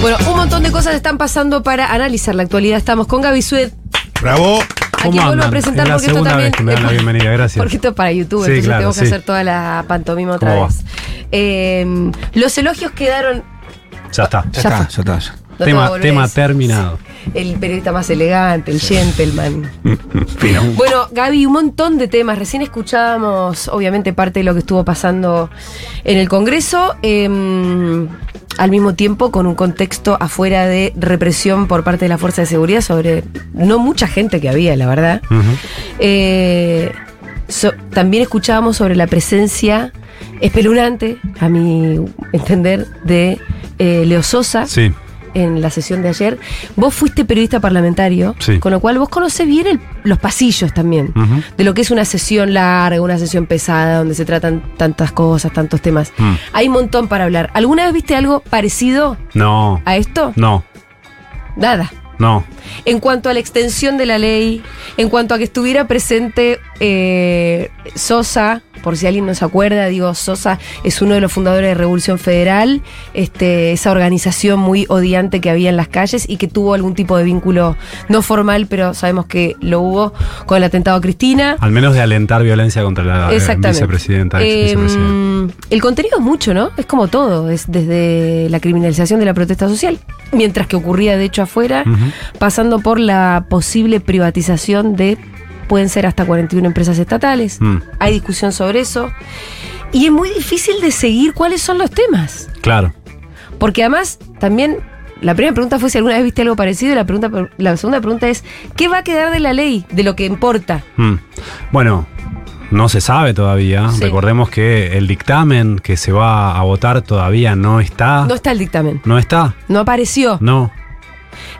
Bueno, un montón de cosas están pasando para analizar la actualidad. Estamos con Gaby Sued. Bravo. Aquí vuelvo a presentar Es la porque esto segunda también. vez que me dan la bienvenida, gracias. Porque esto es para YouTube, Sí, entonces claro, tengo que sí. hacer toda la pantomima otra ¿Cómo va? vez. Eh, los elogios quedaron. Ya está. Ya, Ya está, fue. ya está. ya. No te voy a tema volver a tema decir. terminado. El periodista más elegante, el gentleman. Fino. Bueno, Gaby, un montón de temas. Recién escuchábamos, obviamente, parte de lo que estuvo pasando en el Congreso. eh, al mismo tiempo, con un contexto afuera de represión por parte de la Fuerza de Seguridad sobre no mucha gente que había, la verdad. Ujú. Eh, so- también escuchábamos sobre la presencia espeluznante, a mi entender, de eh, Leo Sosa Sí. en la sesión de ayer. Vos fuiste periodista parlamentario, Sí. con lo cual vos conocés bien el- los pasillos también, Ujú. de lo que es una sesión larga, una sesión pesada, donde se tratan tantas cosas, tantos temas. Mm. Hay un montón para hablar. ¿Alguna vez viste algo parecido No. a esto? No. Nada. No. En cuanto a la extensión de la ley, en cuanto a que estuviera presente eh, Sosa, por si alguien no se acuerda, digo, Sosa es uno de los fundadores de Revolución Federal, este, esa organización muy odiante que había en las calles y que tuvo algún tipo de vínculo no formal, pero sabemos que lo hubo con el atentado a Cristina. Al menos de alentar violencia contra la eh, Exactamente. vicepresidenta. ex Eh, vicepresidenta. el contenido es mucho, ¿no? Es como todo, es desde la criminalización de la protesta social, mientras que ocurría de hecho afuera, Ujú. pasando por la posible privatización de, pueden ser hasta 41 empresas estatales. Mm, Hay discusión sobre eso. Y es muy difícil de seguir cuáles son los temas. claro. Porque además, también, la primera pregunta fue si alguna vez viste algo parecido y la, pregunta, la segunda pregunta es, ¿qué va a quedar de la ley, de lo que importa? Mm. Bueno, no se sabe todavía. Sí. Recordemos que el dictamen que se va a votar todavía no está. No está el dictamen. No está. No apareció. No.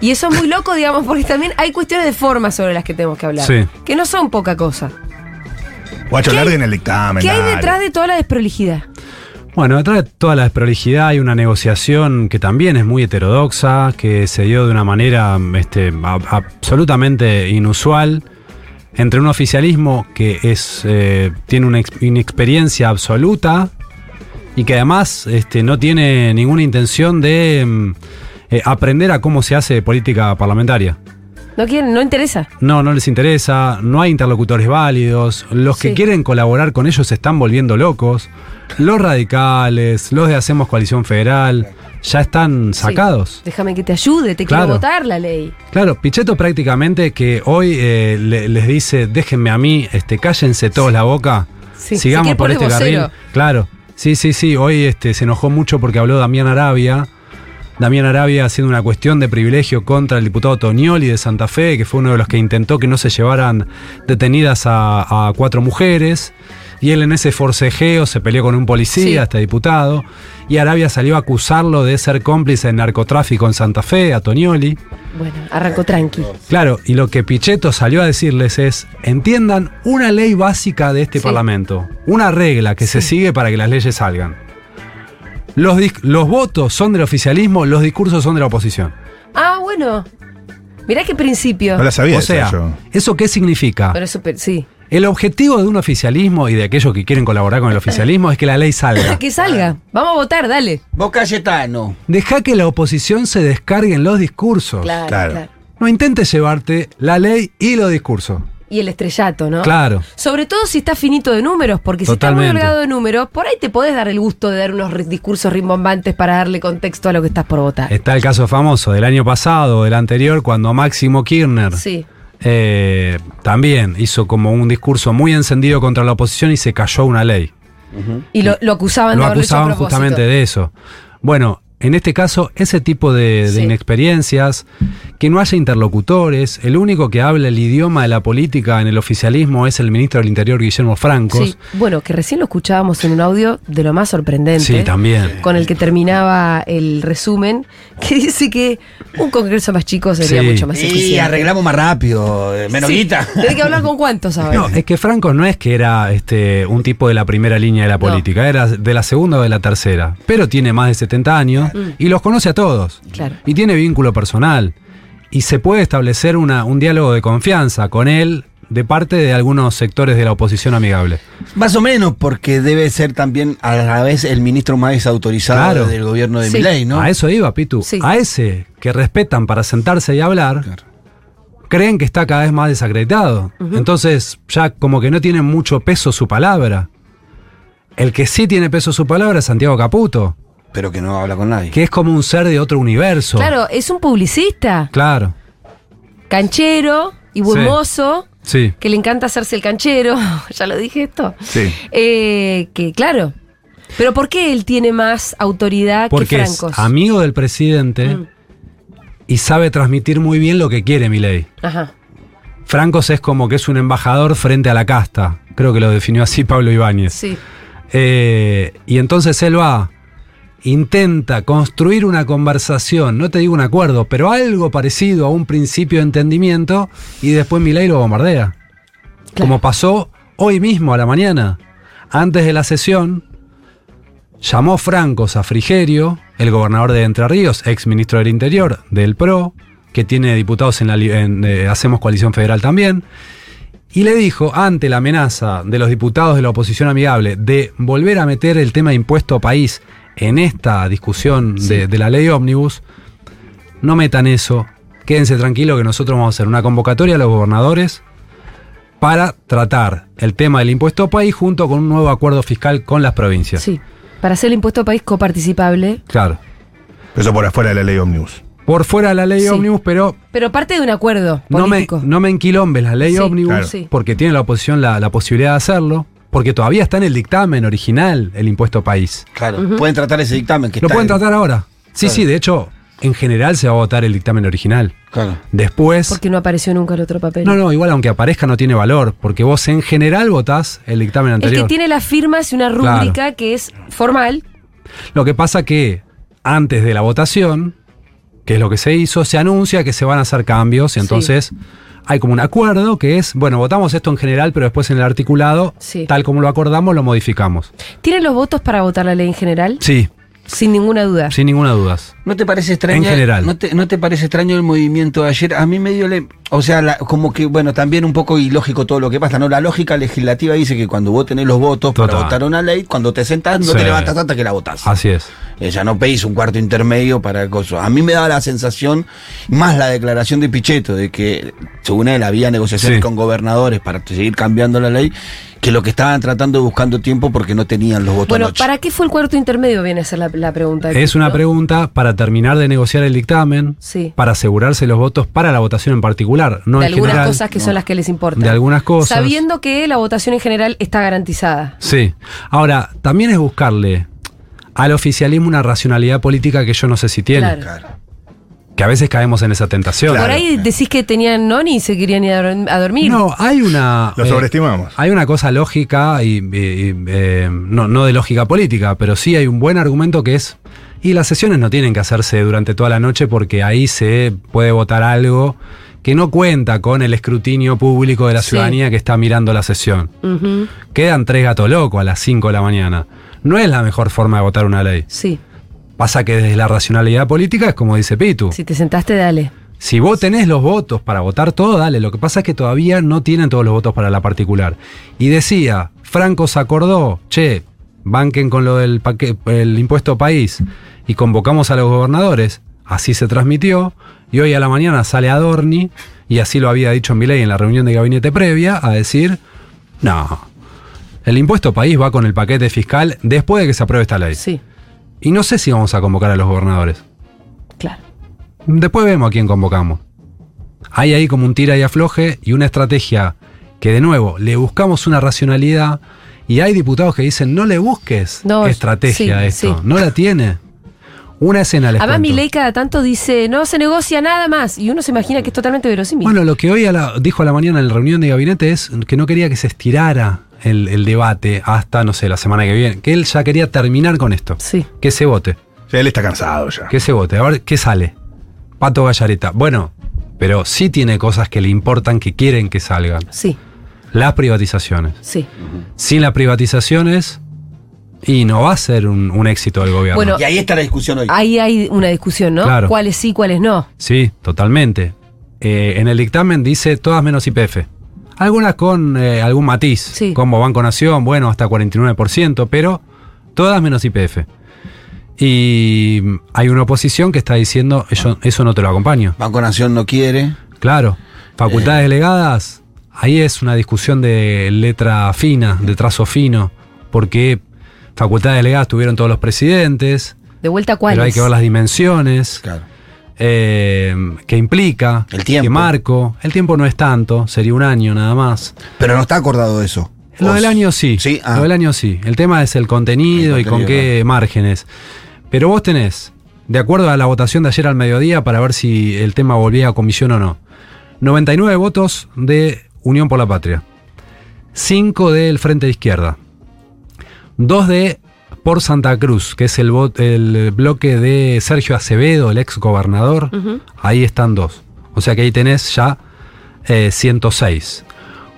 Y eso es muy loco, digamos, porque también hay cuestiones de forma sobre las que tenemos que hablar. Sí. Que no son poca cosa. Guacho, ¿Qué- larguen el dictamen. ¿Qué hay dale. detrás de toda la desprolijidad? Bueno, detrás de toda la desprolijidad hay una negociación que también es muy heterodoxa, que se dio de una manera este, a- absolutamente inusual entre un oficialismo que es, eh, tiene una ex- inexperiencia absoluta y que además este, no tiene ninguna intención de mm, eh, aprender a cómo se hace política parlamentaria. No quieren, no interesa. No, no les interesa, no hay interlocutores válidos, los Sí. que quieren colaborar con ellos se están volviendo locos, los radicales, los de Hacemos Coalición Federal, ya están sacados. Sí. Déjame que te ayude, te Claro. quiero votar la ley. Claro, Pichetto prácticamente que hoy eh, le- les dice, déjenme a mí, este, cállense todos la boca, Sí, sigamos se quiere por poner este carril. vocero. Claro, sí, sí, sí, hoy este, se enojó mucho porque habló Damián Arabia. Damián Arabia haciendo una cuestión de privilegio contra el diputado Tonioli de Santa Fe, que fue uno de los que intentó que no se llevaran detenidas a, a cuatro mujeres. Y él en ese forcejeo se peleó con un Sí. policía, este diputado. Y Arabia salió a acusarlo de ser cómplice en narcotráfico en Santa Fe, a Tonioli. Bueno, arrancó tranqui. Claro, y lo que Pichetto salió a decirles es, entiendan una ley básica de este Sí. Parlamento, una regla que se sigue para que las leyes salgan. Los, dis- los votos son del oficialismo, los discursos son de la oposición. Ah, bueno. Mirá qué principio. No la sabía o esa sea, yo. ¿eso qué significa? Pero eso, pero- sí. El objetivo de un oficialismo y de aquellos que quieren colaborar con el oficialismo es que la ley salga. Que salga. Vamos a votar, dale. Vos Cayetano. Deja que la oposición se descargue en los discursos. Claro, claro. claro. No intentes llevarte la ley y los discursos. Y el estrellato, ¿no? Claro. Sobre todo si está finito de números, porque si Totalmente. está muy holgado de números, por ahí te podés dar el gusto de dar unos ri- discursos rimbombantes para darle contexto a lo que estás por votar. Está el caso famoso del año pasado, del anterior, cuando Máximo Kirchner Sí. eh, también hizo como un discurso muy encendido contra la oposición y se cayó una ley. Y lo, lo acusaban Lo de haberlo hecho a acusaban propósito. justamente de eso. Bueno, en este caso, ese tipo de, de Sí. inexperiencias, que no haya interlocutores, el único que habla el idioma de la política en el oficialismo es el ministro del Interior, Guillermo Francos. Sí. Bueno, que recién lo escuchábamos en un audio de lo más sorprendente. Sí, también. Con el que terminaba el resumen, que dice que un congreso más chico sería Sí. mucho más Y eficiente. arreglamos más rápido, eh, menos Sí. guita. Tenés que hablar con cuántos ahora. No, es que Franco no es que era este, un tipo de la primera línea de la política, era de la segunda o de la tercera, pero tiene más de 70 años y los conoce a todos. Claro. Y tiene vínculo personal. Y se puede establecer una- un diálogo de confianza con él de parte de algunos sectores de la oposición amigable. Más o menos, porque debe ser también a la vez el ministro más desautorizado Claro. del gobierno de Sí. Milei, ¿no? A eso iba, Pitu. Sí. A ese que respetan para sentarse y hablar, Claro. creen que está cada vez más desacreditado. Entonces, ya como que no tiene mucho peso su palabra. El que sí tiene peso su palabra es Santiago Caputo, Pero que no habla con nadie. que es como un ser de otro universo. Claro, es un publicista, Claro, canchero y buen Sí. mozo, sí. que le encanta hacerse el canchero, ya lo dije esto. Sí. Eh, que claro. Pero ¿por qué él tiene más autoridad Porque que es Francos? amigo del presidente Mm. y sabe transmitir muy bien lo que quiere Milei. Ajá. Francos es como que es un embajador frente a la casta. Creo que lo definió así Pablo Ibáñez. Sí. Eh, y entonces él va, intenta construir una conversación, no te digo un acuerdo, pero algo parecido a un principio de entendimiento, y después Milei lo bombardea. Como pasó hoy mismo a la mañana. Antes de la sesión, llamó Francos a Frigerio, el gobernador de Entre Ríos, ex ministro del Interior del PRO, que tiene diputados en la li- en, eh, Hacemos Coalición Federal también, y le dijo, ante la amenaza de los diputados de la oposición amigable de volver a meter el tema de impuesto a país en esta discusión de, de la ley ómnibus, no metan eso, quédense tranquilos que nosotros vamos a hacer una convocatoria a los gobernadores para tratar el tema del impuesto a país junto con un nuevo acuerdo fiscal con las provincias. Sí. Para hacer el impuesto a país coparticipable. Claro. Eso por afuera de la ley Omnibus. Por fuera de la ley Sí. ómnibus, pero Pero parte de un acuerdo no me, político. no me enquilombes la ley Sí, ómnibus, claro. sí. porque tiene la oposición la, la posibilidad de hacerlo, porque todavía está en el dictamen original el impuesto país. Claro. Pueden tratar ese dictamen que Lo está pueden en- tratar ahora. Sí, Claro. sí, de hecho, en general se va a votar el dictamen original. Claro. Después... Porque no apareció nunca el otro papel. No, no, igual aunque aparezca no tiene valor, porque vos en general votás el dictamen el anterior. que tiene las firmas y una Claro. rúbrica que es formal. Lo que pasa que antes de la votación, que es lo que se hizo, se anuncia que se van a hacer cambios Sí. y entonces hay como un acuerdo que es, bueno, votamos esto en general, pero después en el articulado, Sí. tal como lo acordamos, lo modificamos. ¿Tiene los votos para votar la ley en general? Sí, Sin ninguna duda. sin ninguna duda. ¿No te parece extraño? En general. ¿no te, no te parece extraño el movimiento de ayer? A mí medio le. O sea, la- como que, bueno, también un poco ilógico todo lo que pasa, ¿no? La lógica legislativa dice que cuando vos tenés los votos para Total. votar una ley, cuando te sentás no Sí. te levantas hasta que la votás. Así es. Ella Eh, no pedís un cuarto intermedio para el coso. A mí me da la sensación, más la declaración de Pichetto, de que según él había negociaciones Sí. con gobernadores para seguir cambiando la ley, que lo que estaban tratando de buscando tiempo porque no tenían los votos Bueno, anoche. ¿para qué fue el cuarto intermedio? Viene a ser la, la pregunta. Es una pregunta para terminar de negociar el dictamen, Sí. para asegurarse los votos para la votación en particular, no de en algunas general. cosas que son las que les importan. De algunas cosas. Sabiendo que la votación en general está garantizada. Sí. Ahora, también es buscarle al oficialismo una racionalidad política que yo no sé si tiene. Claro. Claro. Que a veces caemos en esa tentación. Por ahí decís que tenían noni y se querían ir a dor- a dormir. No, hay una. Lo eh, sobreestimamos. hay una cosa lógica y, y- y, eh, no, no de lógica política, pero sí hay un buen argumento que es. Y las sesiones no tienen que hacerse durante toda la noche porque ahí se puede votar algo que no cuenta con el escrutinio público de la Sí. ciudadanía que está mirando la sesión. Ujú, Quedan tres gato loco a las 5 de la mañana. No es la mejor forma de votar una ley. Sí. Pasa que desde la racionalidad política es como dice Pitu. Si te sentaste, dale. Si vos tenés los votos para votar todo, dale. Lo que pasa es que todavía no tienen todos los votos para la particular. Y decía, Franco se acordó, che, banquen con lo del paque- el impuesto país y convocamos a los gobernadores. Así se transmitió. Y hoy a la mañana sale Adorni, y así lo había dicho Milei en la reunión de gabinete previa, a decir, no, el impuesto país va con el paquete fiscal después de que se apruebe esta ley. Sí, Y no sé si vamos a convocar a los gobernadores. claro. Después vemos a quién convocamos. Hay ahí como un tira y afloje y una estrategia que de nuevo le buscamos una racionalidad y hay diputados que dicen no le busques No, estrategia sí, a esto, sí. no la tiene. Una escena les Además, cuento. Milei cada tanto dice, no se negocia nada más. Y uno se imagina que es totalmente verosímil. Bueno, lo que hoy a la- dijo a la mañana en la reunión de gabinete es que no quería que se estirara el, el debate hasta, no sé, la semana que viene, que él ya quería terminar con esto, sí. que se vote. O sea, él está cansado ya. Que se vote, a ver qué sale. Pato Gallareta. Bueno, pero sí tiene cosas que le importan, que quieren que salgan. Sí, Las privatizaciones. sí. Sin las privatizaciones, y no va a ser un, un éxito del gobierno. Bueno, Y ahí está la discusión hoy. Ahí hay una discusión, ¿no? Claro. ¿Cuáles sí, cuáles no? Sí, totalmente. Eh, en el dictamen dice todas menos IPF. Algunas con eh, algún matiz, Sí. como Banco Nación, bueno, hasta 49%, pero todas menos IPF. Y hay una oposición que está diciendo, "Yo eso no te lo acompaño. Banco Nación no quiere. Claro, Eh. facultades delegadas, ahí es una discusión de letra fina, de trazo fino, porque facultades delegadas tuvieron todos los presidentes, ¿De vuelta cuál pero hay que ver las dimensiones, Claro. eh, que implica, El tiempo. que marco. El tiempo no es tanto, sería un año nada más. Pero no está acordado eso. Lo Vos- del año sí. Sí, ah. Lo del año sí. El tema es el contenido, El y con contenido, qué márgenes. Pero vos tenés, de acuerdo a la votación de ayer al mediodía para ver si el tema volvía a comisión o no, 99 votos de Unión por la Patria, 5 del Frente de Izquierda, 2 de Por Santa Cruz, que es el, vot- el bloque de Sergio Acevedo, el ex gobernador. Ujú. Ahí están dos. O sea que ahí tenés ya eh, 106.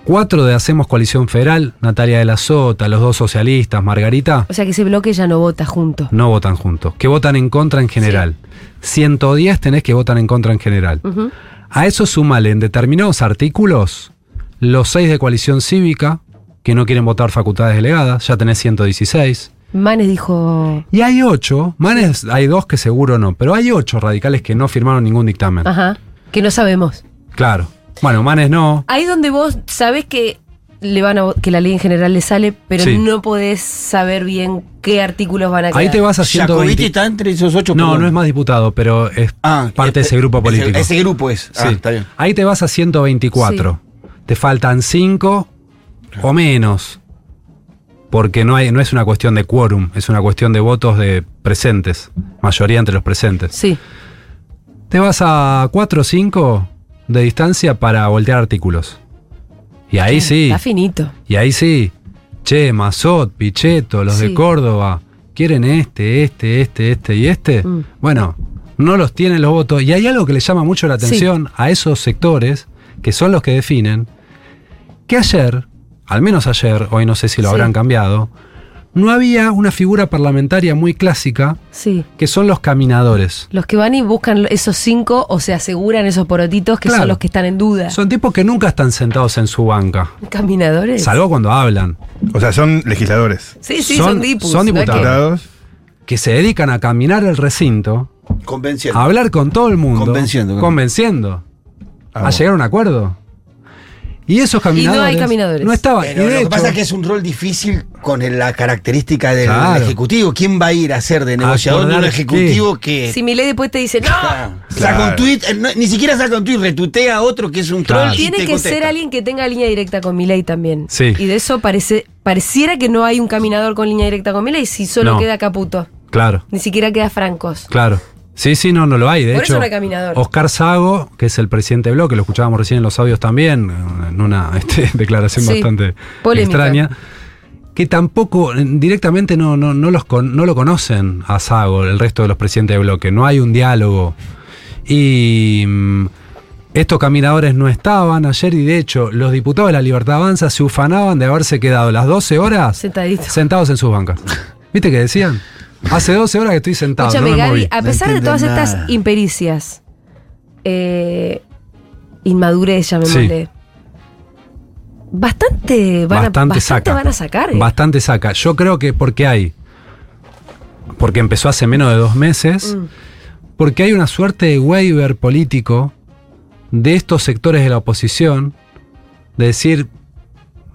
Cuatro de Hacemos Coalición Federal, Natalia de la Sota, los dos socialistas, Margarita, O sea que ese bloque ya no vota junto. no votan juntos, que votan en contra en general. 110 tenés que votan en contra en general. Ujú. A eso súmale en determinados artículos los seis de Coalición Cívica, que no quieren votar facultades delegadas, ya tenés 116. Manes dijo. Y hay ocho, manes, hay dos que seguro no, pero hay ocho radicales que no firmaron ningún dictamen. Ajá. Que no sabemos. Claro. Bueno, manes no, Ahí donde vos sabés que le van a vo- que la ley en general le sale, pero Sí. no podés saber bien qué artículos van a quedar. Ahí te vas a 120. Jacobiti está entre esos ocho. No, perdón. no es más diputado, pero es Ah, parte de ese grupo político. Ese, grupo es. Ah, Sí. está bien. Ahí te vas a 124. Te faltan 5 o menos. Porque no, hay, no es una cuestión de quórum, es una cuestión de votos de presentes, mayoría entre los presentes. Sí. Te vas a 4 o 5 de distancia para voltear artículos. Y ahí sí. Está finito. Y ahí sí, che, Mazot, Pichetto, los Sí. de Córdoba, quieren este, este, este, este y este. Mm. Bueno, no los tienen los votos. Y hay algo que le llama mucho la atención a esos sectores, que son los que definen, que ayer, al menos ayer, hoy no sé si lo Sí. habrán cambiado, no había una figura parlamentaria muy clásica, Sí. que son los caminadores. Los que van y buscan esos cinco o se aseguran esos porotitos que son Claro. los que están en duda. Son tipos que nunca están sentados en su banca, caminadores. salvo cuando hablan. O sea, son legisladores. Sí, sí, son, Son- diputados. son diputados. ¿no es Diputados. Que se dedican a caminar el recinto Convenciendo. a hablar con todo el mundo. Convenciendo. Convenciendo. Ah, a bueno. llegar a un acuerdo. Y esos caminadores. hay caminadores. No estaban. y de Pero lo que hecho, pasa es que es un rol difícil con el- la característica del Claro. ejecutivo. ¿Quién va a ir a ser de negociador de un Acordar ejecutivo que- que Si Milei después te dice, ¡No! Ah, saca un Claro. tuit, eh, no, ni siquiera saca un tuit, retutea a otro que es un Claro. troll. y Tiene te que contesta. ser alguien que tenga línea directa con Milei también. Sí. Y de eso parece, pareciera que no hay un caminador con línea directa con Milei si solo No. queda Caputo. Claro, Ni siquiera queda Francos. claro. Sí, sí, no, no lo hay. De Por eso hecho, no hay caminador. Oscar Sago, que es el presidente de Bloque, lo escuchábamos recién en los audios también, en una este, declaración Sí, bastante polémica. extraña, que tampoco eh, directamente no, no, no, los con- no lo conocen a Sago, el resto de los presidentes de Bloque. No hay un diálogo. Y mm, estos caminadores no estaban ayer y de hecho los diputados de la Libertad Avanza se ufanaban de haberse quedado las 12 horas Sentadito. sentados en sus bancas. ¿Viste qué decían? Hace 12 horas que estoy sentado, Escúchame, no me Gaby, moví. a No pesar de entiendo todas nada. estas impericias, eh, inmadurez, llamémosle, bastante van a, bastante bastante saca. van a sacar. eh. Bastante saca. Yo creo que porque hay. Porque empezó hace menos de dos meses. Mm. Porque hay una suerte de waiver político de estos sectores de la oposición. De decir,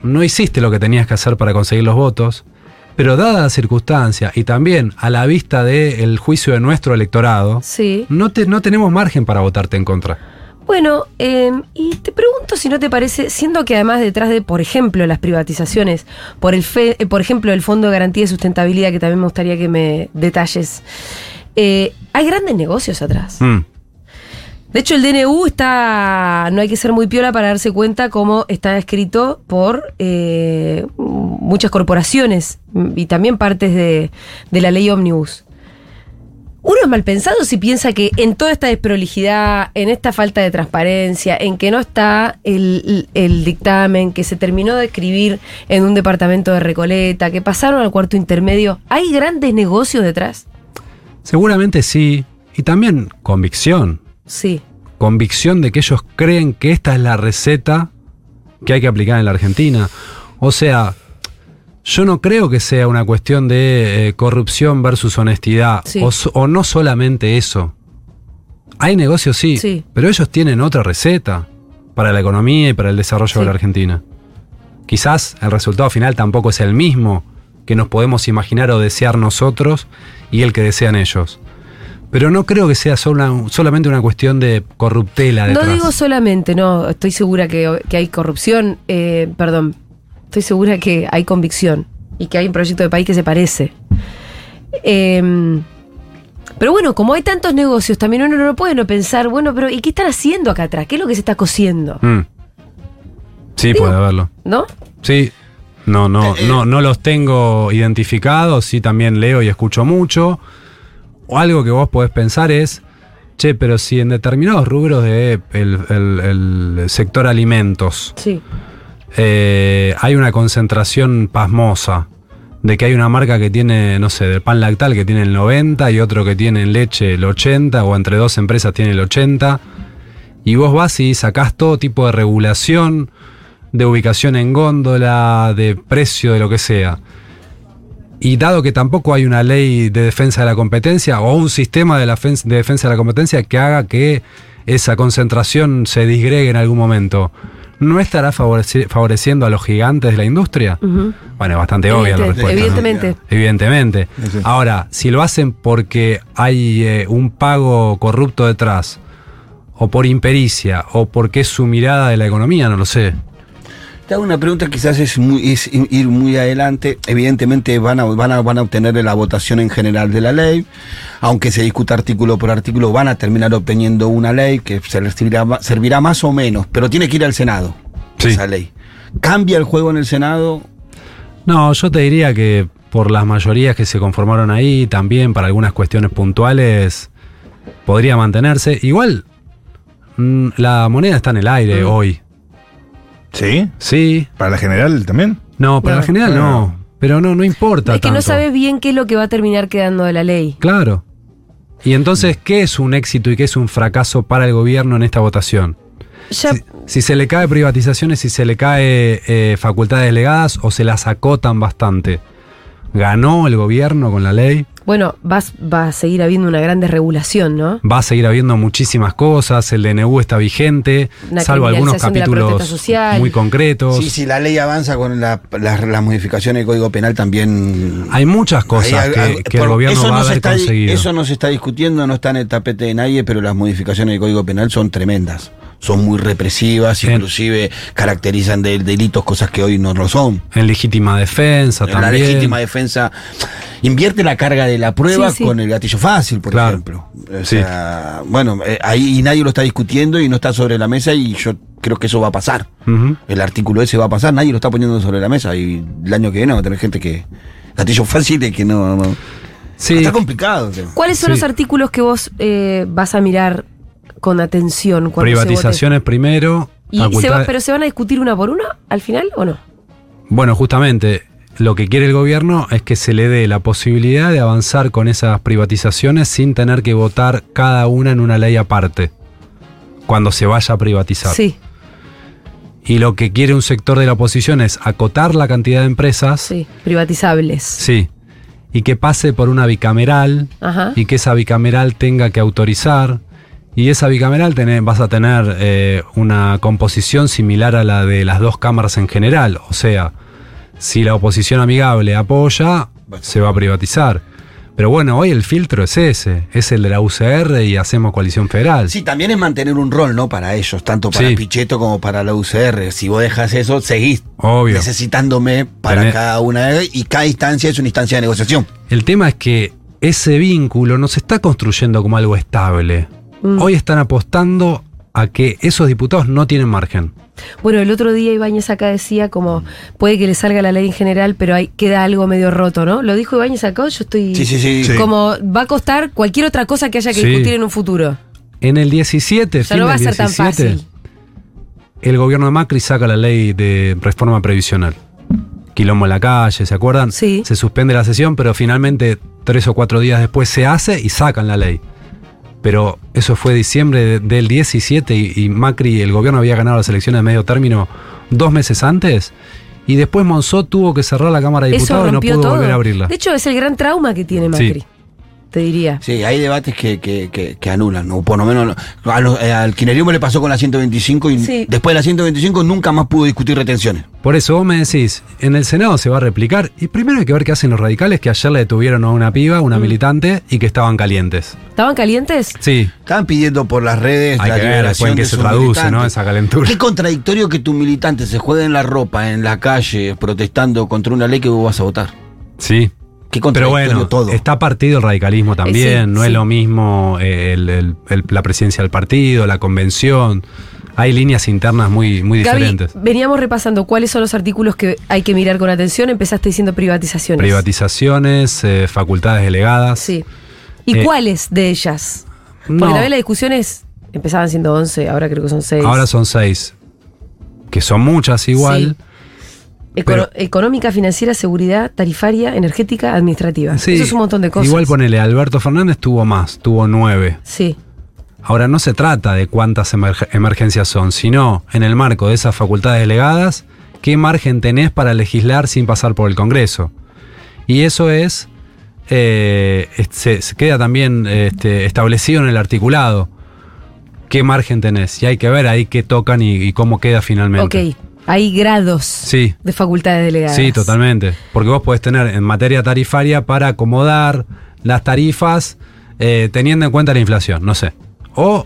no hiciste lo que tenías que hacer para conseguir los votos. Pero dada la circunstancia y también a la vista del juicio de nuestro electorado, Sí. no, te- no tenemos margen para votarte en contra. Bueno, eh, y te pregunto si no te parece, siendo que además detrás de, por ejemplo, las privatizaciones, por, el fe- eh, por ejemplo, el Fondo de Garantía de Sustentabilidad, que también me gustaría que me detalles, eh, hay grandes negocios atrás. Mm. De hecho, el DNU está. No hay que ser muy piola para darse cuenta cómo está escrito por eh, muchas corporaciones mm, y también partes de, de la ley Omnibus. Uno es mal pensado si piensa que en toda esta desprolijidad, en esta falta de transparencia, en que no está el, el dictamen que se terminó de escribir en un departamento de Recoleta, que pasaron al cuarto intermedio, ¿hay grandes negocios detrás? Seguramente sí. Y también convicción. Sí. convicción de que ellos creen que esta es la receta que hay que aplicar en la Argentina. O sea, yo no creo que sea una cuestión de eh, corrupción versus honestidad, Sí. o, so- o no solamente eso. Hay negocios, sí, Sí. pero ellos tienen otra receta para la economía y para el desarrollo de Sí. la Argentina. Quizás el resultado final tampoco es el mismo que nos podemos imaginar o desear nosotros y el que desean ellos. Pero no creo que sea sola- solamente una cuestión Ah, de corruptela. No Detrás. digo solamente, no, estoy segura que, que hay corrupción, eh, perdón, estoy segura que hay convicción y que hay un proyecto de país que se parece. Eh, pero bueno, como hay tantos negocios, también uno no puede no pensar, bueno, pero ¿y qué están haciendo acá atrás? ¿Qué es lo que se está cociendo? Mm. Sí, Digo- puede haberlo. ¿No? Sí. No, no, no, no los tengo identificados. Sí, también leo y escucho mucho. O algo que vos podés pensar es, che, pero si en determinados rubros de el, el- el sector alimentos Sí. eh, hay una concentración pasmosa de que hay una marca que tiene, no sé, del pan lactal que tiene el 90 y otro que tiene en leche el 80 o entre dos empresas tiene el 80 y vos vas y sacás todo tipo de regulación, de ubicación en góndola, de precio, de lo que sea. Y dado que tampoco hay una ley de defensa de la competencia o un sistema de, la fen- de defensa de la competencia que haga que esa concentración se disgregue en algún momento, ¿no estará favoreci- favoreciendo a los gigantes de la industria? Ujú. Bueno, es bastante obvia la Mm. Evidente- respuesta. ¿no? Evidentemente. Evidentemente. Sí, sí. Ahora, si lo hacen porque hay eh, un pago corrupto detrás, o por impericia, o porque es su mirada de la economía, no lo sé. Te hago una pregunta, quizás es, muy, es i- ir muy adelante. Evidentemente van a, van, a, van a obtener la votación en general de la ley. Aunque se discuta artículo por artículo, van a terminar obteniendo una ley que se les servirá, ma- servirá más o menos, pero tiene que ir al Senado Sí. esa ley. ¿Cambia el juego en el Senado? No, yo te diría que por las mayorías que se conformaron ahí, también para algunas cuestiones puntuales, podría mantenerse. Igual, mm, la moneda está en el Mm. aire hoy. ¿Sí? Sí. ¿Para la general también? No, para No. la general no. Pero no, no importa. Es que no tanto. sabes bien qué es lo que va a terminar quedando de la ley. Claro. Y entonces, ¿qué es un éxito y qué es un fracaso para el gobierno en esta votación? Ya, Si, si se le cae privatizaciones, si se le cae eh, facultades delegadas o se las acotan bastante. ¿Ganó el gobierno con la ley? bueno, vas, va a seguir habiendo una gran desregulación, ¿no? Va a seguir habiendo muchísimas cosas, el DNU está vigente, Una salvo algunos criminalización de la protesta capítulos social. muy concretos. Sí, sí, la ley avanza con la- las- las modificaciones del Código Penal también. Hay muchas cosas Ahí, que, ahí, que el por- gobierno eso va no a se haber está- conseguido. Eso no se está discutiendo, no está en el tapete de nadie, pero las modificaciones del Código Penal son tremendas. Son muy represivas, Bien. inclusive caracterizan de delitos cosas que hoy no lo son. En legítima defensa La también. legítima defensa invierte la carga de la prueba Sí, sí. con el gatillo fácil, por Claro. ejemplo. O sea, bueno, eh, ahí nadie lo está discutiendo y no está sobre la mesa y yo creo que eso va a pasar. Ujú. El artículo ese va a pasar, nadie lo está poniendo sobre la mesa y el año que viene va a tener gente que... Gatillo fácil de que no... no- Sí, Está complicado. el tema. ¿Cuáles son Sí. los artículos que vos eh, vas a mirar con atención cuando se vote? privatizaciones primero. ¿Y se va- facultades- ¿Pero se van a discutir una por una al final o no? Bueno, justamente lo que quiere el gobierno es que se le dé la posibilidad de avanzar con esas privatizaciones sin tener que votar cada una en una ley aparte cuando se vaya a privatizar. Sí, Y lo que quiere un sector de la oposición es acotar la cantidad de empresas. sí, privatizables. Sí. Y que pase por una bicameral Ajá. y que esa bicameral tenga que autorizar. Y esa bicameral tené- vas a tener eh, una composición similar a la de las dos cámaras en general. O sea, si la oposición amigable apoya, se va a privatizar. Pero bueno, hoy el filtro es ese, es el de la UCR y hacemos coalición federal. Sí, también es mantener un rol, ¿no? Para ellos, tanto para Sí. Pichetto como para la UCR. Si vos dejas eso, seguís Obvio. necesitándome para Tené- cada una de y cada instancia es una instancia de negociación. El tema es que ese vínculo no se está construyendo como algo estable. Mm. Hoy están apostando a que esos diputados no tienen margen. Bueno, el otro día Ibáñez acá decía como puede que le salga la ley en general, pero ahí queda algo medio roto, ¿no? Lo dijo Ibáñez acá, yo estoy Sí, sí, sí. Sí. como va a costar cualquier otra cosa que haya que Sí. discutir en un futuro. En el 17, O sea, fin no va a del ser tan 17, fácil. el gobierno de Macri saca la ley de reforma previsional. Quilombo en la calle, ¿se acuerdan? Sí. Se suspende la sesión, pero finalmente tres o cuatro días después se hace y sacan la ley. pero eso fue diciembre de- del 17 y, y Macri, el gobierno había ganado las elecciones de medio término dos meses antes, y después Monzó tuvo que cerrar la Cámara de Eso Diputados y no rompió pudo todo. volver a abrirla. De hecho, es el gran trauma que tiene Sí. Macri. Te diría. Sí, hay debates que, que, que, que anulan, o por lo menos a los- eh, al kirchnerismo le pasó con la 125 y Sí. después de la 125 nunca más pudo discutir retenciones. Por eso vos me decís, en el Senado se va a replicar, y primero hay que ver qué hacen los radicales, que ayer le detuvieron a una piba, Mm. una militante, y que estaban calientes. ¿Estaban calientes? Sí, Estaban pidiendo por las redes Hay la que ver después liberación en qué de se sus traduce, militantes. ¿no? Esa calentura. Qué contradictorio que tu militante se juegue en la ropa, en la calle, protestando contra una ley que vos vas a votar. sí. Qué Pero contradictorio bueno, todo. está partido el radicalismo también, Eh, sí, no es sí. lo mismo eh, el- el- el- la presidencia del partido, la convención. Hay líneas internas muy, muy Gaby, diferentes. veníamos repasando cuáles son los artículos que hay que mirar con atención. Empezaste diciendo privatizaciones. Privatizaciones, eh, facultades delegadas. Sí. ¿Y Eh, cuáles de ellas? Porque No, también las discusiones empezaban siendo 11, ahora creo que son 6. ahora son seis, que son muchas igual. pero- Económica, financiera, seguridad, tarifaria, energética, administrativa. Sí, Eso es un montón de cosas. Igual ponele, Alberto Fernández tuvo más, tuvo nueve. Sí. Ahora no se trata de cuántas emerg- emergencias son, sino en el marco de esas facultades delegadas, qué margen tenés para legislar sin pasar por el Congreso. Y eso es, eh, es- se, se queda también este, establecido en el articulado. ¿Qué margen tenés? Y hay que ver ahí qué tocan y, y cómo queda finalmente. Ok. Hay grados Sí. de facultades delegadas. Sí, totalmente. Porque vos podés tener en materia tarifaria para acomodar las tarifas eh, teniendo en cuenta la inflación, no sé. O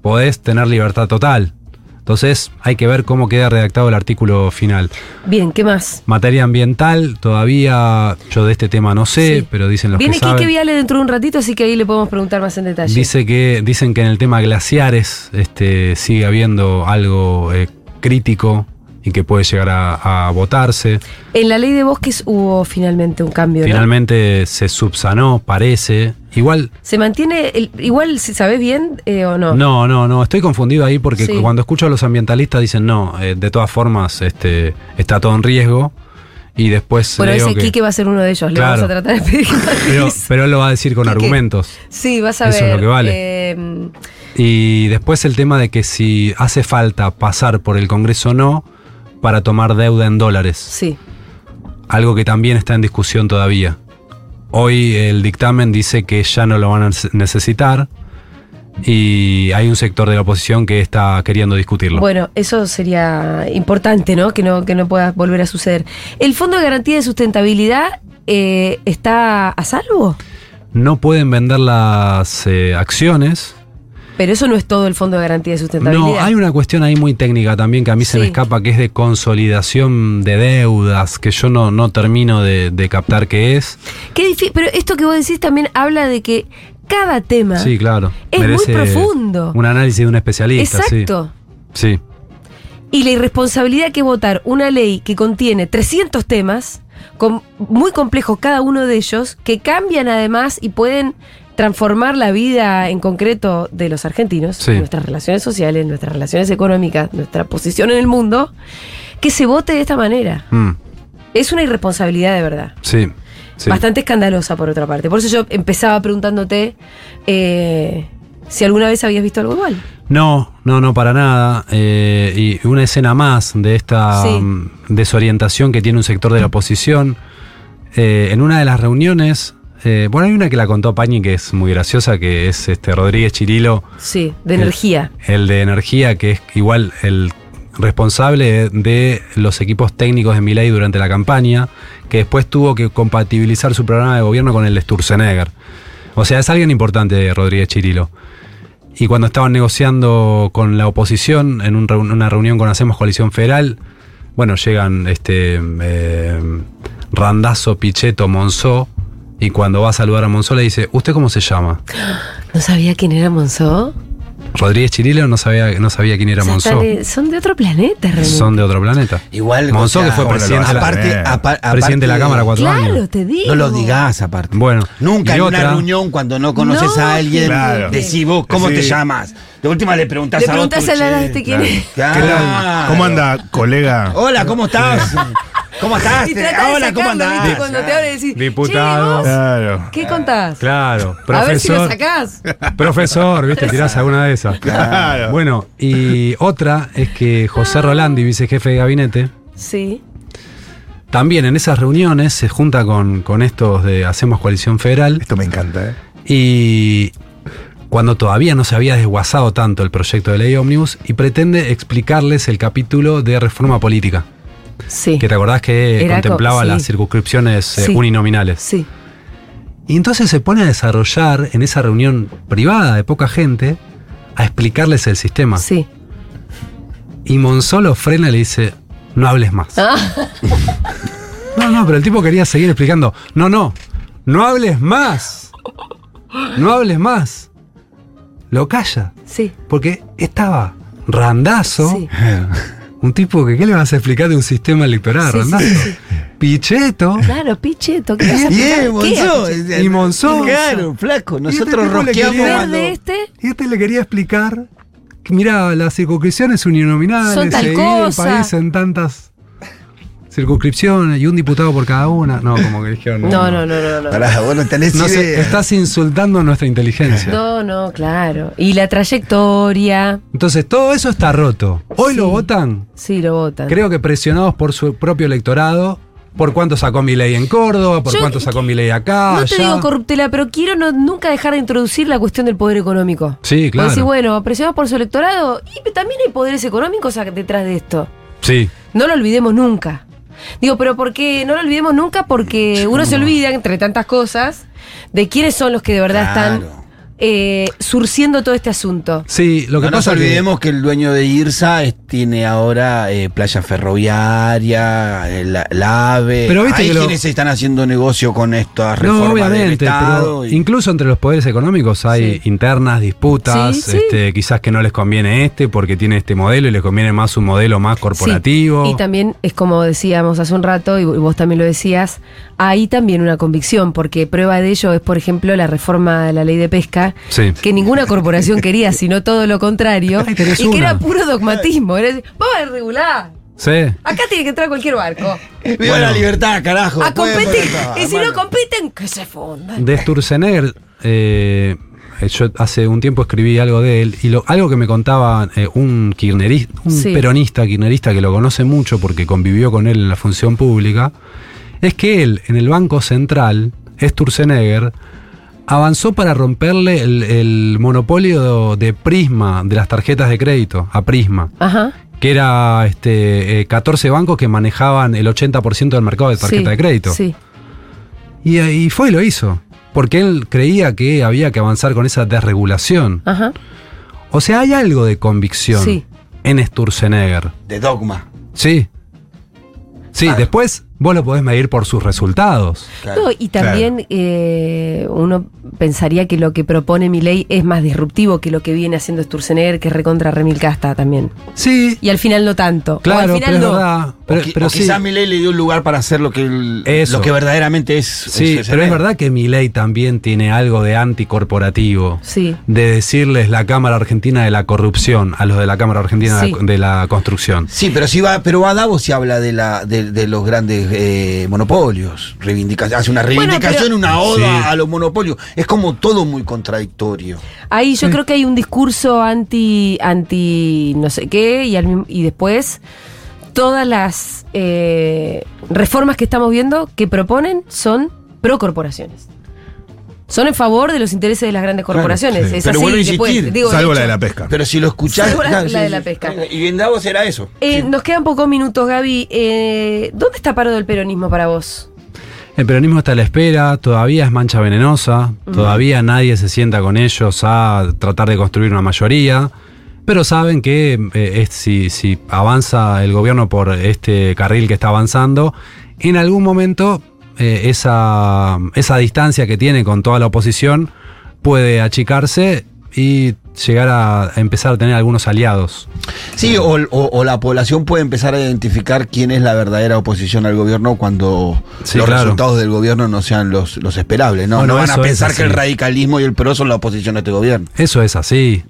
podés tener libertad total. Entonces hay que ver cómo queda redactado el artículo final. Bien, ¿qué más? Materia ambiental, todavía yo de este tema no sé, Sí. pero dicen los Viene que saben. Quique Viale dentro de un ratito, así que ahí le podemos preguntar más en detalle. Dice que, dicen que en el tema glaciares este, sigue habiendo algo eh, crítico y que puede llegar a- a votarse. En la ley de bosques hubo finalmente un cambio, ¿no? Finalmente se subsanó, parece. Igual, Se mantiene, el- igual si sabes bien eh, o no. no, no, no, estoy confundido ahí porque Sí. cuando escucho a los ambientalistas dicen, no, eh, de todas formas este, está todo en riesgo y después bueno, leo ese que- Quique va a ser uno de ellos, le Claro. vamos a tratar de pedir que pero, avise. pero él lo va a decir con Quique. argumentos. Sí, vas a Eso es ver. lo que vale. eh, Y después el tema de que si hace falta pasar por el Congreso o no para tomar deuda en dólares. sí. algo que también está en discusión todavía. Hoy el dictamen dice que ya no lo van a nece- necesitar y hay un sector de la oposición que está queriendo discutirlo. Bueno, eso sería importante, ¿no? Que no, que no pueda volver a suceder. ¿El Fondo de Garantía de Sustentabilidad eh, está a salvo? No pueden vender las eh, acciones. Pero eso no es todo el Fondo de Garantía de Sustentabilidad. No, hay una cuestión ahí muy técnica también que a mí se me Sí. escapa, que es de consolidación de deudas, que yo no, no termino de, de captar qué es. Qué difí- Pero esto que vos decís también habla de que cada tema. Sí, claro. Es muy profundo. Un análisis de un especialista. sí. Exacto. Sí. Y la irresponsabilidad que es votar una ley que contiene 300 temas, con, muy complejos cada uno de ellos, que cambian además y pueden transformar la vida en concreto de los argentinos, Sí. nuestras relaciones sociales, nuestras relaciones económicas, nuestra posición en el mundo, que se vote de esta manera. Mm, Es una irresponsabilidad de verdad. sí. sí. Bastante escandalosa por otra parte. Por eso yo empezaba preguntándote eh, si alguna vez habías visto algo igual. No, no, no, para nada. Eh, y una escena más de esta Sí. mm, desorientación que tiene un sector de la oposición. Eh, en una de las reuniones, eh, bueno, hay una que la contó Pañi que es muy graciosa, que es este Rodríguez Chirilo, Sí, de El- energía. el de energía, que es igual el responsable de, de los equipos técnicos de Milei durante la campaña, que después tuvo que compatibilizar su programa de gobierno con el de Sturzenegger. O sea, es alguien importante Rodríguez Chirilo. Y cuando estaban negociando con la oposición en un reun- una reunión con Hacemos Coalición Federal, bueno, llegan este eh, Randazo, Pichetto, Monzó, y cuando va a saludar a Monzó le dice, ¿usted cómo se llama? No sabía quién era Monzó. Rodríguez Chirilo no sabía, no sabía quién era O sea, Monzó. están en- son de otro planeta, realmente. Son de otro planeta. Igual. Monzó, o sea, que fue bueno, presidente, de la- aparte- presidente de la Cámara cuatro Claro, años. te digo. No lo digas aparte. Bueno, Nunca y en otra- una reunión cuando no conoces No, a alguien Claro. decís vos cómo Sí. te llamas. De última le preguntás Le a otro. preguntás a la che, edad de este quién es. ¿Qué tal? Claro. Oh, ¿Cómo anda, colega? Hola, ¿cómo estás? ¿Cómo estás? Y tratá de Hola, ¿cómo sacarlo, ¿viste? andás? Cuando te hablan y decís, Diputado. "Che, ¿vos Claro. ¿Qué contás? Claro, A ver si lo profesor. sacás. Profesor, ¿viste? Tirás alguna de esas. Claro. Bueno, y otra es que José Rolandi, vicejefe de gabinete, Sí. también en esas reuniones se junta con, con estos de Hacemos Coalición Federal Esto me encanta, ¿eh? y cuando todavía no se había desguazado tanto el proyecto de ley ómnibus y pretende explicarles el capítulo de reforma política, Sí. que te acordás que Era co- contemplaba sí. las circunscripciones eh, Sí. uninominales. Sí. Y entonces se pone a desarrollar en esa reunión privada de poca gente a explicarles el sistema. Sí. Y Monzó lo frena y le dice, no hables más. Ah, No, no, pero el tipo quería seguir explicando. No, no, no hables más. No hables más. Lo calla. sí. Porque estaba randazo. Sí. Un tipo que, ¿qué le vas a explicar de un sistema Sí, electoral? sí, randazo. sí, sí. Picheto. Claro, Picheto. ¿qué vas a Y explicar? eh, Monzó. ¿Qué? eh, Y Monzó. Claro, flaco. Y Nosotros este tipo le rosqueamos quería- cuando- Verde este. Y este le quería explicar que, mira, las circunscripciones uninominales, Son tal se divide cosa. el país en tantas circunscripciones y un diputado por cada una. No, como que dijeron. No, no, no, no, no. Pará, vos no tenés No sé, idea. estás insultando nuestra inteligencia. No, no, claro. Y la trayectoria. Entonces, todo eso está roto. Hoy Sí. lo votan, Sí, lo votan. creo que presionados por su propio electorado, por cuánto sacó mi ley en Córdoba, por Yo- cuánto sacó mi ley acá, No te allá. digo corruptela, pero quiero no- nunca dejar de introducir la cuestión del poder económico. Sí, claro. Decir, bueno, presionados por su electorado, y también hay poderes económicos ac- detrás de esto. sí, No lo olvidemos nunca. Digo, pero ¿por qué no lo olvidemos nunca? Porque uno se olvida, entre tantas cosas, de quiénes son los que de verdad Claro. están eh, surciendo todo este asunto. sí, lo que no pasa nos es que- olvidemos que el dueño de IRSA es- tiene ahora eh, playa ferroviaria, eh, la, la AVE. Pero viste Hay que lo- quienes están haciendo negocio con estas reformas No, obviamente, del pero Estado. y- incluso entre los poderes económicos hay Sí. internas, disputas, Sí, sí. Este, quizás que no les conviene este porque tiene este modelo y les conviene más un modelo más corporativo. Sí, Y también es como decíamos hace un rato, y vos también lo decías, hay también una convicción, porque prueba de ello es, por ejemplo, la reforma de la ley de pesca, Sí. que ninguna corporación quería, sino todo lo contrario, Ahí tenés y que una. era puro dogmatismo. Era decir, vamos a regular, Sí. acá tiene que entrar cualquier barco. Viva la libertad, carajo. A pueden competir, poner todo, y si hermano. no compiten, que se fundan. De Sturzenegger, eh, yo hace un tiempo escribí algo de él y lo- algo que me contaba eh, un kirchnerista, un Sí. peronista kirchnerista que lo conoce mucho porque convivió con él en la función pública, es que él en el Banco Central, Sturzenegger, avanzó para romperle el, el monopolio de Prisma, de las tarjetas de crédito, a Prisma, Ajá. que era este, eh, 14 bancos que manejaban el 80% del mercado de tarjeta Sí, de crédito. Sí. Y, ahí fue y lo hizo. Porque él creía que había que avanzar con esa desregulación. Ajá. O sea, hay algo de convicción Sí. en Sturzenegger. De dogma. Sí. Sí, después vos lo podés medir por sus resultados. claro. No, y también eh, uno pensaría que lo que propone mi ley es más disruptivo que lo que viene haciendo Sturzenegger, que es recontra Remilcasta también. Sí, Y al final no tanto. claro, o al pero final es no. verdad. Pero, o qui- pero o sí, quizás Milei le dio un lugar para hacer lo que, el- Eso. lo que verdaderamente es. sí pero es verdad que Milei también tiene algo de anticorporativo. Sí. De decirles la Cámara Argentina de la Corrupción a los de la Cámara Argentina Sí. de la Construcción. Sí, pero si va, pero a Davos se habla de la, de, de los grandes eh, monopolios, reivindica- hace una Bueno, reivindicación, pero- una oda Sí. a los monopolios. Es como todo muy contradictorio. Ahí yo creo que hay un discurso anti, anti no sé qué, y, al mismo- y después todas las eh, reformas que estamos viendo que proponen son pro corporaciones. Son en favor de los intereses de las grandes corporaciones. sí. Es Pero así, vuelvo a después, insistir, digo, Salvo de la hecho. de la pesca. Pero si lo escuchás, Seguro claro, la de la pesca. Y en Davos era eso. Eh, Sí. Nos quedan pocos minutos, Gaby. Eh, ¿Dónde está parado el peronismo para vos? El peronismo está a la espera, todavía es mancha venenosa, todavía nadie se sienta con ellos a tratar de construir una mayoría, pero saben que eh, es- si, si avanza el gobierno por este carril que está avanzando, en algún momento eh, esa, esa distancia que tiene con toda la oposición puede achicarse y llegar a empezar a tener algunos aliados. Sí, o, o- o la población puede empezar a identificar quién es la verdadera oposición al gobierno cuando Sí, los claro. resultados del gobierno no sean los, los esperables. No, Bueno, no van a eso es pensar que el así. radicalismo y el PRO son la oposición a este gobierno. Eso es así.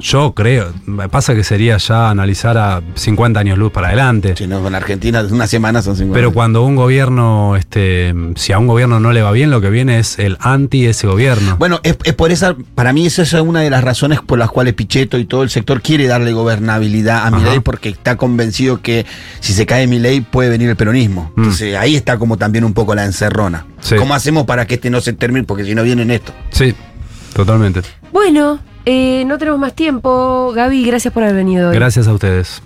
yo creo, pasa que sería ya analizar a 50 años luz para adelante. Si no, con Argentina, una semana son 50. Pero cuando un gobierno, este, si a un gobierno no le va bien, lo que viene es el anti ese gobierno. Bueno, es, es por esa, para mí esa es una de las razones por las cuales Pichetto y todo el sector quiere darle gobernabilidad a Ajá. Milei porque está convencido que si se cae Milei puede venir el peronismo. Mm. Entonces ahí está como también un poco la encerrona. Sí. ¿Cómo hacemos para que este no se termine? Porque si no vienen esto. Sí, totalmente. Bueno, eh, no tenemos más tiempo. Gaby, gracias por haber venido hoy. Gracias a ustedes.